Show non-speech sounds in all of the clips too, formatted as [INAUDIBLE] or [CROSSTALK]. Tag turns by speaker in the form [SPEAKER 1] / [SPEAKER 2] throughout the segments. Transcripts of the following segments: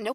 [SPEAKER 1] No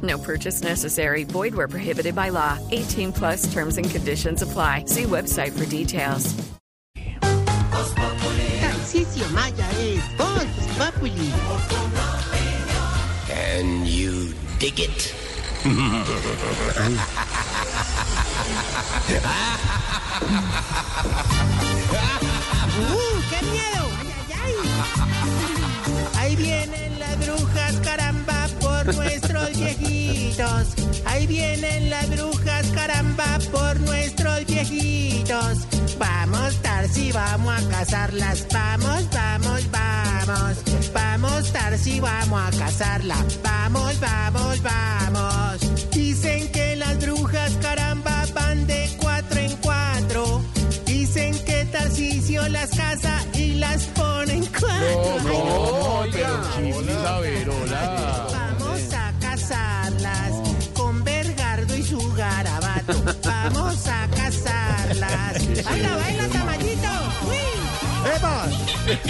[SPEAKER 2] No purchase necessary. Void where prohibited by law. 18 plus terms and conditions apply. See website for details.
[SPEAKER 3] Tarcisio Maya es Voz Populi.
[SPEAKER 4] Can you dig
[SPEAKER 3] [LAUGHS]
[SPEAKER 4] it?
[SPEAKER 3] ¡Uh, qué miedo! ¡Ay, ay, ay! Ahí vienen las brujas, caramba, por nuestros viejitos. Ahí vienen las brujas, caramba, por nuestros viejitos. Vamos, Tarsi, vamos a cazarlas. Vamos, vamos, vamos. Vamos, Tarsi, vamos a cazarla. Vamos, vamos, vamos. Dicen que las brujas, caramba, van de cuatro en cuatro. Dicen que Tarcisio las casa y las pone en cuatro. Ay,
[SPEAKER 5] No, pero Chiquis, a ver, hola.
[SPEAKER 3] Vamos a cazarlas con Bergardo y su garabato. Vamos a cazarlas. ¡Baila, baila, Tamayito! ¡Uy!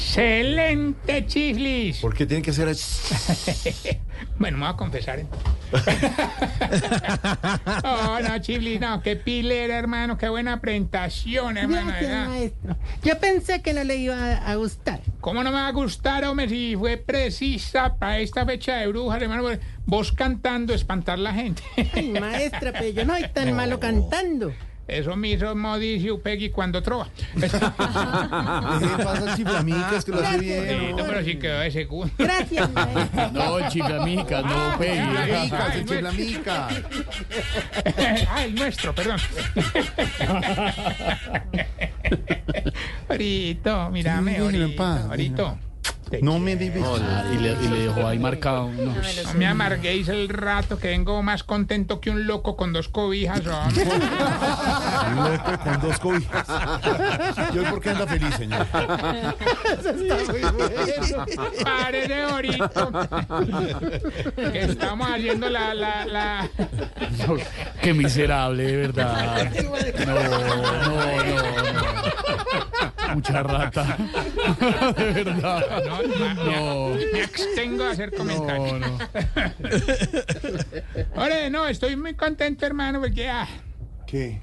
[SPEAKER 6] Excelente, chiflis.
[SPEAKER 5] ¿Por qué tiene que ser así?
[SPEAKER 6] [LAUGHS] Bueno, me voy a confesar.
[SPEAKER 5] [LAUGHS]
[SPEAKER 6] ¿eh? oh, no, chiflis, no, qué pilera, hermano, qué buena presentación, hermano. de
[SPEAKER 3] Gracias,
[SPEAKER 6] verdad.
[SPEAKER 3] maestro. Yo pensé que no le iba a- a gustar.
[SPEAKER 6] ¿Cómo no me va a gustar, hombre, si fue precisa para esta fecha de brujas, hermano? Vos cantando, espantar la gente.
[SPEAKER 3] Ay, maestra, pero yo no soy tan malo cantando.
[SPEAKER 6] Eso me hizo Modicio Peggy cuando trova.
[SPEAKER 5] ¿Qué pasa, chiflamicas, que lo hace bien?
[SPEAKER 6] no, pero sí quedó de segundo.
[SPEAKER 3] Gracias,
[SPEAKER 6] [LAUGHS]
[SPEAKER 3] maestro.
[SPEAKER 5] No, chiflamicas, no, Peggy. Chiflamicas,
[SPEAKER 6] Ay,
[SPEAKER 5] Ah, el
[SPEAKER 6] [LAUGHS]
[SPEAKER 5] chiflamica.
[SPEAKER 6] ah, el
[SPEAKER 7] [LAUGHS]
[SPEAKER 6] nuestro, perdón. Orito, mírame,
[SPEAKER 5] Sí, déjelo en paz,
[SPEAKER 6] Orito. Orito. Te
[SPEAKER 5] No me debes.
[SPEAKER 7] Y le, y le dejó ahí marcado. No.
[SPEAKER 6] quiero. No me amarguéis el rato que vengo más contento que un loco con dos cobijas. hombre.
[SPEAKER 5] Loco con dos cobijas. ¿Y hoy por qué anda feliz, señor?
[SPEAKER 6] Pare de Orito. que estamos haciendo la, la, la.
[SPEAKER 7] No, Qué miserable, de verdad. No, no, no, no. Mucha rata. De verdad.
[SPEAKER 6] No, ma-
[SPEAKER 7] No.
[SPEAKER 6] Me abstengo de hacer comentarios.
[SPEAKER 7] No, no.
[SPEAKER 6] [LAUGHS] Ore, no, estoy muy contento, hermano, porque ah,
[SPEAKER 5] ¿Qué?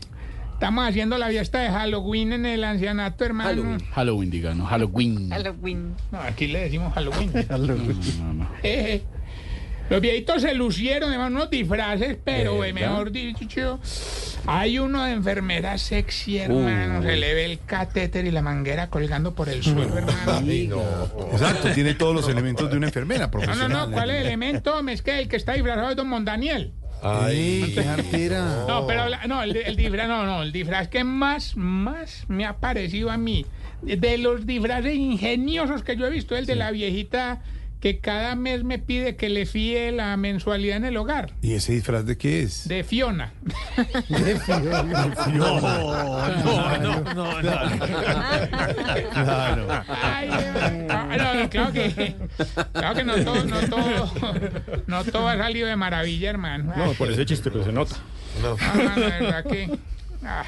[SPEAKER 6] estamos haciendo la fiesta de Halloween en el ancianato, hermano.
[SPEAKER 7] Halloween, diga, no. Halloween.
[SPEAKER 6] No, aquí le decimos
[SPEAKER 7] [LAUGHS]
[SPEAKER 6] Halloween.
[SPEAKER 7] No, no.
[SPEAKER 6] [LAUGHS] Eh, Los viejitos se lucieron, hermano, unos disfraces, pero eh, mejor dicho, hay uno de enfermera sexy, hermano. Se le ve el catéter y la manguera colgando por el suelo, hermano.
[SPEAKER 5] Exacto, tiene todos los elementos de una enfermera
[SPEAKER 6] No, no,
[SPEAKER 5] profesional.
[SPEAKER 6] no, ¿cuál es el elemento?
[SPEAKER 5] [LAUGHS]
[SPEAKER 6] hombre? Es que el que está disfrazado es Don Mondaniel.
[SPEAKER 5] Ay, qué artera.
[SPEAKER 6] No, pero la- no, el, el disfraz, no, no, el disfraz que más, más me ha parecido a mí, de, de los disfraces ingeniosos que yo he visto, el de la viejita que cada mes me pide que le fíe la mensualidad en el hogar,
[SPEAKER 5] ¿Y ese disfraz de qué es?
[SPEAKER 6] de
[SPEAKER 5] [LAUGHS]
[SPEAKER 6] Fiona.
[SPEAKER 5] No, no, no, no, Claro.
[SPEAKER 6] Ay, ay, ay, no, no, claro que, claro que no todo, no todo, no todo ha salido de maravilla, hermano. Ay,
[SPEAKER 5] por ese chiste, pero se nota.
[SPEAKER 6] hermano, de verdad que, ah,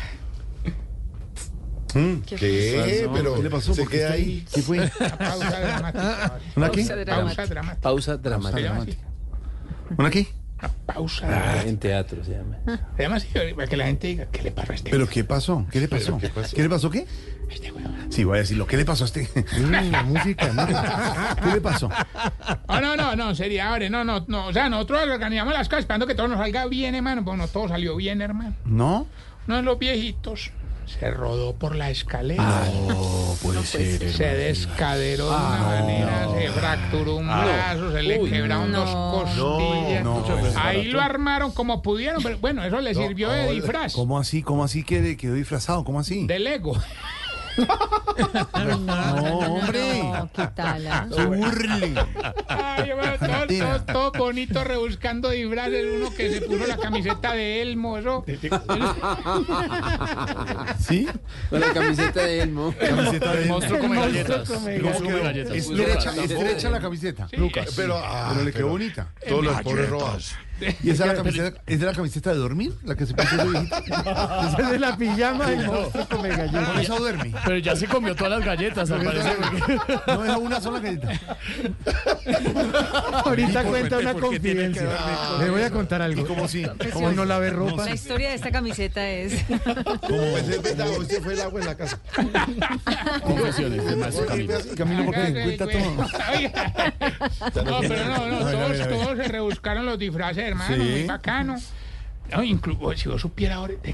[SPEAKER 5] ¿Qué? Pero ¿Qué le pasó? ¿Por qué ahí? ¿Qué fue?
[SPEAKER 6] pausa dramática.
[SPEAKER 5] ¿Una aquí?
[SPEAKER 6] Pausa dramática.
[SPEAKER 4] Pausa
[SPEAKER 6] ¿se
[SPEAKER 4] dramática.
[SPEAKER 6] llama así?
[SPEAKER 5] ¿Una aquí?
[SPEAKER 6] Una pausa. Ah.
[SPEAKER 8] En teatro se llama.
[SPEAKER 6] Además, sí, para que la gente diga, ¿qué le pasó a este
[SPEAKER 5] ¿Pero qué pasó? ¿Qué le pasó? ¿Qué, le pasó qué?
[SPEAKER 6] güey? Este güey.
[SPEAKER 5] Sí, voy a decirlo. ¿Qué le pasó a este? la música, ¿Qué le pasó?
[SPEAKER 6] Ah, no, no, no, sería, ahora, no, no, no. O sea, nosotros organizamos las cosas esperando que todo nos salga bien, hermano. Bueno, todo salió bien, hermano.
[SPEAKER 5] ¿No?
[SPEAKER 6] Uno de los viejitos se rodó por la escalera.
[SPEAKER 9] No
[SPEAKER 5] Pues,
[SPEAKER 9] puede ser,
[SPEAKER 6] Se
[SPEAKER 9] hermano.
[SPEAKER 6] descaderó de una manera, se fracturó un brazo, se le quebraron dos costillas.
[SPEAKER 5] No,
[SPEAKER 6] Ahí lo armaron como pudieron, pero bueno, eso le sirvió de disfraz,
[SPEAKER 5] ¿Cómo así? ¿Cómo así que quedó disfrazado? ¿Cómo así?
[SPEAKER 6] de Lego.
[SPEAKER 5] No, hombre.
[SPEAKER 2] ¿Qué tal? ah?
[SPEAKER 5] Burle.
[SPEAKER 6] Ay, hermano, todo, todo- todo bonito rebuscando disfraces, uno que se puso la camiseta de Elmo, eso.
[SPEAKER 5] ¿Sí?
[SPEAKER 8] Con la camiseta de Elmo.
[SPEAKER 5] Camiseta de
[SPEAKER 9] Monstruo come galletas.
[SPEAKER 5] ¿Y cómo
[SPEAKER 9] Monstruo come
[SPEAKER 5] quedó?
[SPEAKER 9] galletas.
[SPEAKER 5] Estrecha, estrecha la camiseta.
[SPEAKER 6] Lucas.
[SPEAKER 5] Pero, ah, pero le quedó bonita. Todos los pobres rojas. ¿Y esa es la camiseta, es de la camiseta de dormir? ¿La que se puso de viejito?
[SPEAKER 3] Esa es de la pijama del monstruo come galletas.
[SPEAKER 5] Con esa duerme.
[SPEAKER 9] Pero ya se comió todas las galletas, al parecer. porque-
[SPEAKER 5] No deja una sola galleta.
[SPEAKER 3] Ahorita cuenta una confidencia. Le voy a contar algo.
[SPEAKER 5] ¿Y cómo sí? ¿Cómo
[SPEAKER 3] ¿Cómo no lave ropa?
[SPEAKER 2] La historia de esta camiseta es.
[SPEAKER 5] fue el agua en la casa.
[SPEAKER 9] Confesiones de Maestro Camilo.
[SPEAKER 5] Camilo, porque
[SPEAKER 6] Hágase
[SPEAKER 5] me
[SPEAKER 6] el
[SPEAKER 5] cuenta
[SPEAKER 6] güey. [LAUGHS]
[SPEAKER 5] todo.
[SPEAKER 6] Oiga. No, pero no, no,
[SPEAKER 5] A ver, a ver, a
[SPEAKER 6] todos,
[SPEAKER 5] ver.
[SPEAKER 6] todos se rebuscaron los disfraces, hermano,
[SPEAKER 5] Sí. Mm.
[SPEAKER 6] muy bacano. No, incluso si vos supiera ahora de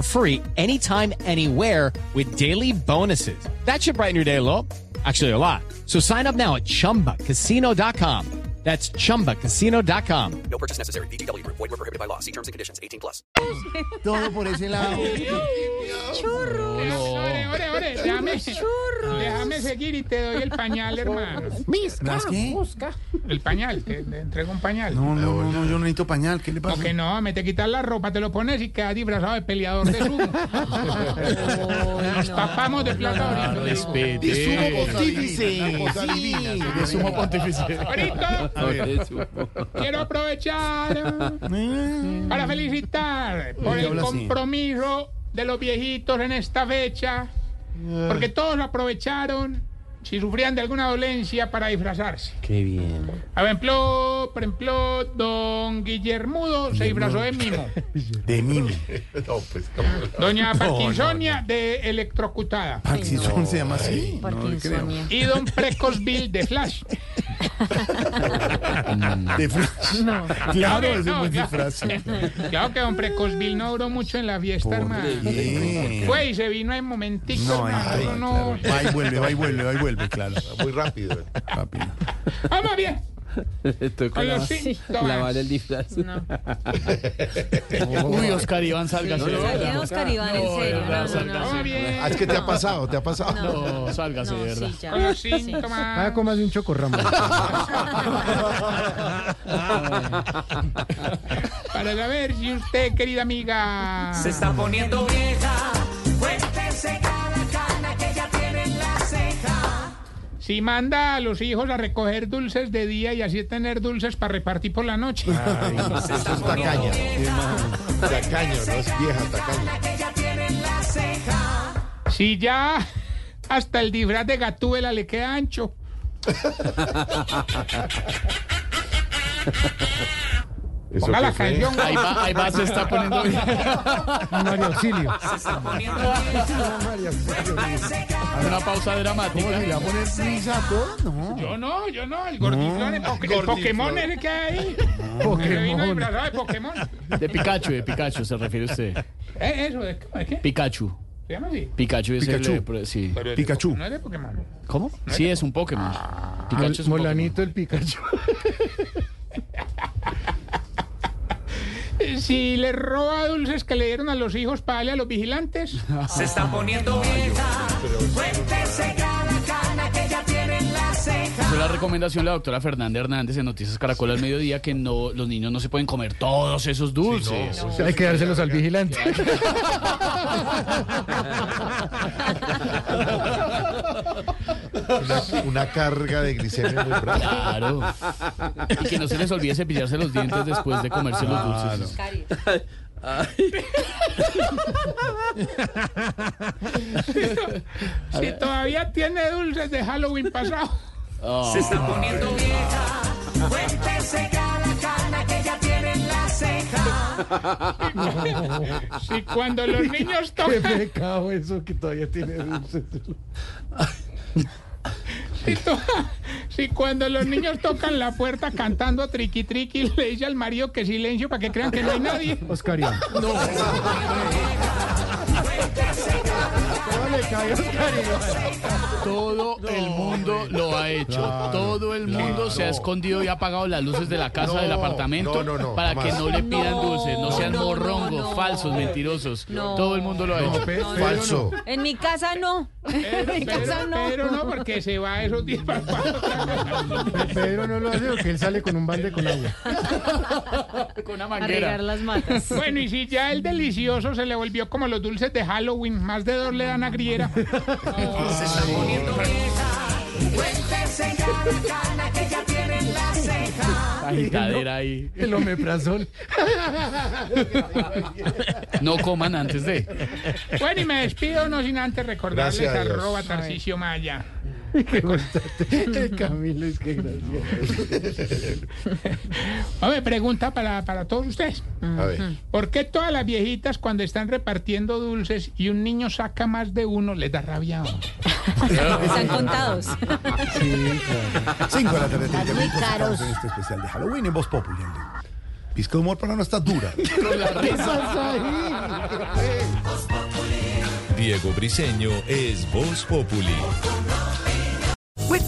[SPEAKER 3] free anytime, anywhere with daily bonuses. That should brighten your day a little. Actually, a lot. So sign up now at chumbacasino.com. That's chumbacasino.com.
[SPEAKER 10] No purchase necessary. VGW Group. Void were prohibited by law. See terms and conditions. 18 plus.
[SPEAKER 5] Todo por ese lado.
[SPEAKER 6] Ore, ore,
[SPEAKER 5] [LAUGHS]
[SPEAKER 6] ore, déjame, déjame seguir y te doy el pañal, hermano.
[SPEAKER 5] ¿Las qué?
[SPEAKER 6] El pañal, te, te entrego un pañal.
[SPEAKER 5] No, no, no, no, yo no necesito pañal. ¿Qué le pasa?
[SPEAKER 6] O que no, me te quitas la ropa, te lo pones y quedas disfrazado de peleador de
[SPEAKER 5] [LAUGHS]
[SPEAKER 6] sumo. Nos tapamos de plata
[SPEAKER 9] Ah,
[SPEAKER 6] ahorita.
[SPEAKER 9] Respete. De sumo pontífice.
[SPEAKER 5] Eh.
[SPEAKER 6] Ahorita quiero aprovechar
[SPEAKER 5] Eh,
[SPEAKER 6] para felicitar por
[SPEAKER 5] Oye,
[SPEAKER 6] el
[SPEAKER 5] habla así.
[SPEAKER 6] compromiso de los viejitos en esta fecha, porque
[SPEAKER 5] Ah.
[SPEAKER 6] todos lo aprovecharon si sufrían de alguna dolencia para disfrazarse.
[SPEAKER 8] Qué bien.
[SPEAKER 6] Por ejemplo, por ejemplo, don Guillermudo se disfrazó de mimo.
[SPEAKER 5] [LAUGHS]
[SPEAKER 6] Ah.
[SPEAKER 5] De mime.
[SPEAKER 6] Doña
[SPEAKER 5] pues, No,
[SPEAKER 6] Parkinsonia de electrocutada.
[SPEAKER 5] Parkinson se llama así.
[SPEAKER 2] Parkinsonia.
[SPEAKER 6] Y don Precosville de Flash.
[SPEAKER 5] [LAUGHS] De Flash. [LAUGHS] Claro, ese es buen disfraz.
[SPEAKER 6] [LAUGHS] Claro que don Precosville no duró mucho en la fiesta, hermano.
[SPEAKER 5] Bien.
[SPEAKER 6] Fue y se vino en momentico,
[SPEAKER 5] No, ay,
[SPEAKER 6] hermano. No,
[SPEAKER 5] claro. Va y vuelve, va y vuelve, va y vuelve, claro. Muy rápido. Rápido.
[SPEAKER 6] Vamos bien.
[SPEAKER 8] [LAUGHS] Le tocó
[SPEAKER 6] Con los
[SPEAKER 8] lavar-
[SPEAKER 6] síntomas.
[SPEAKER 8] lavar el disfraz.
[SPEAKER 9] Uy, Oscar Iván, sálgase. de
[SPEAKER 2] Salía
[SPEAKER 9] verdad.
[SPEAKER 2] Oscar Iván, en serio.
[SPEAKER 9] no,
[SPEAKER 2] No,
[SPEAKER 9] salga,
[SPEAKER 2] no,
[SPEAKER 6] Vamos
[SPEAKER 2] no.
[SPEAKER 6] bien.
[SPEAKER 5] Es que te ha pasado, te ha pasado.
[SPEAKER 9] No, sálgase, de verdad.
[SPEAKER 2] sí, ya.
[SPEAKER 6] Con los
[SPEAKER 2] Sí.
[SPEAKER 6] síntomas.
[SPEAKER 3] de un chocorramo.
[SPEAKER 6] Para saber si usted, querida amiga.
[SPEAKER 10] está poniendo vieja. Cuéntese cada cana que ya tiene en la ceja.
[SPEAKER 6] Si manda a los hijos a recoger dulces de día y así tener dulces para repartir por la noche.
[SPEAKER 10] Eso es tacaña. Tacaño, no es vieja, tacaña. que ya tiene en la ceja.
[SPEAKER 6] Si ya hasta el disfraz de Gatúbela le queda ancho. Ponga la canción.
[SPEAKER 9] Ahí va, ahí va, se está poniendo bien.
[SPEAKER 5] [LAUGHS]
[SPEAKER 3] Mario Auxilio.
[SPEAKER 9] Una pausa dramática.
[SPEAKER 5] ¿Le va a poner risa a todo? No.
[SPEAKER 6] Yo no, yo no, el gordiflón, el, poke- el Pokémon ese que hay ahí.
[SPEAKER 11] Ah,
[SPEAKER 6] Que se vino disfrazado de Pokémon.
[SPEAKER 9] De Pikachu, de Pikachu se refiere usted.
[SPEAKER 6] Eh, eso, ¿de qué? ¿De qué?
[SPEAKER 9] Pikachu.
[SPEAKER 6] ¿Se llama así?
[SPEAKER 9] Pikachu es el.
[SPEAKER 5] Pikachu.
[SPEAKER 9] de pro- Sí.
[SPEAKER 6] Pero de
[SPEAKER 5] Pikachu. Ah.
[SPEAKER 6] Pokémon, No es de Pokémon.
[SPEAKER 9] ¿Cómo? Sí, es un Pokémon. Pikachu es un Pokémon.
[SPEAKER 3] Molanito el Pikachu.
[SPEAKER 6] [LAUGHS] Si le roba dulces que le dieron a los hijos para darle a los vigilantes.
[SPEAKER 10] Se está poniendo vieja. Cuéntese cada cana que ya tiene en la ceja.
[SPEAKER 9] Se la
[SPEAKER 3] recomendación la doctora Fernanda Hernández en Noticias Caracol al mediodía que no los niños no se pueden comer todos esos dulces.
[SPEAKER 11] Hay que dárselos al vigilante.
[SPEAKER 5] Una, una carga de glicemia muy brava.
[SPEAKER 3] Claro. Y que no se les olvide cepillarse los dientes después de comerse los dulces.
[SPEAKER 6] Si todavía tiene dulces de Halloween pasado.
[SPEAKER 3] Se está poniendo
[SPEAKER 12] vieja. Cuéntese cada cana que ya tiene en la ceja.
[SPEAKER 6] [LAUGHS] Si cuando los niños
[SPEAKER 11] Qué
[SPEAKER 6] tocan,
[SPEAKER 11] pecado eso que todavía tiene dulces.
[SPEAKER 6] si, to- si cuando los niños tocan la puerta cantando triqui triqui, le dice al marido que silencio para que crean que no hay nadie.
[SPEAKER 11] Oscar Iván. No.
[SPEAKER 3] Todo el mundo lo ha hecho. Todo el mundo se ha escondido y ha apagado las luces de la casa,
[SPEAKER 5] No,
[SPEAKER 3] del apartamento,
[SPEAKER 5] no, no, no,
[SPEAKER 3] para que
[SPEAKER 5] jamás.
[SPEAKER 3] no le pidan dulces, no sean morrongos, falsos, mentirosos. Todo el mundo lo ha hecho.
[SPEAKER 11] pues,
[SPEAKER 5] Pe- Falso.
[SPEAKER 13] En mi casa no. En mi casa
[SPEAKER 6] Pero,
[SPEAKER 13] no.
[SPEAKER 6] pero no, porque se va a esos días para
[SPEAKER 11] Pedro no lo hace porque él sale con un balde con agua.
[SPEAKER 3] Con una
[SPEAKER 13] A
[SPEAKER 3] manguera.
[SPEAKER 13] regar las matas.
[SPEAKER 6] Bueno, y si ya el delicioso se le volvió como los dulces de Halloween, más de dos le dan a
[SPEAKER 12] [LAUGHS]
[SPEAKER 6] griera.
[SPEAKER 12] Oh, Cuéntese cada cana que ya tiene en la ceja.
[SPEAKER 3] Agitadera ahí.
[SPEAKER 11] El omeprazol.
[SPEAKER 3] No coman antes de.
[SPEAKER 6] Bueno, y me despido no sin antes recordarles
[SPEAKER 5] Gracias a Dios.
[SPEAKER 6] arroba Tarcicio Maya.
[SPEAKER 11] Qué constante. Camilo, es que gracias.
[SPEAKER 6] [LAUGHS] Hombre, pregunta para, para todos ustedes.
[SPEAKER 5] A ver.
[SPEAKER 6] ¿Por qué todas las viejitas cuando están repartiendo dulces y un niño saca más de uno, les da rabia? hombre?
[SPEAKER 13] Están contados.
[SPEAKER 5] Sí, claro. Cinco de la tarde. Están muy caros. En este especial de Halloween en Voz Popular. Pisco de humor para no estar dura.
[SPEAKER 14] Diego Briseño es Voz Populi.
[SPEAKER 2] With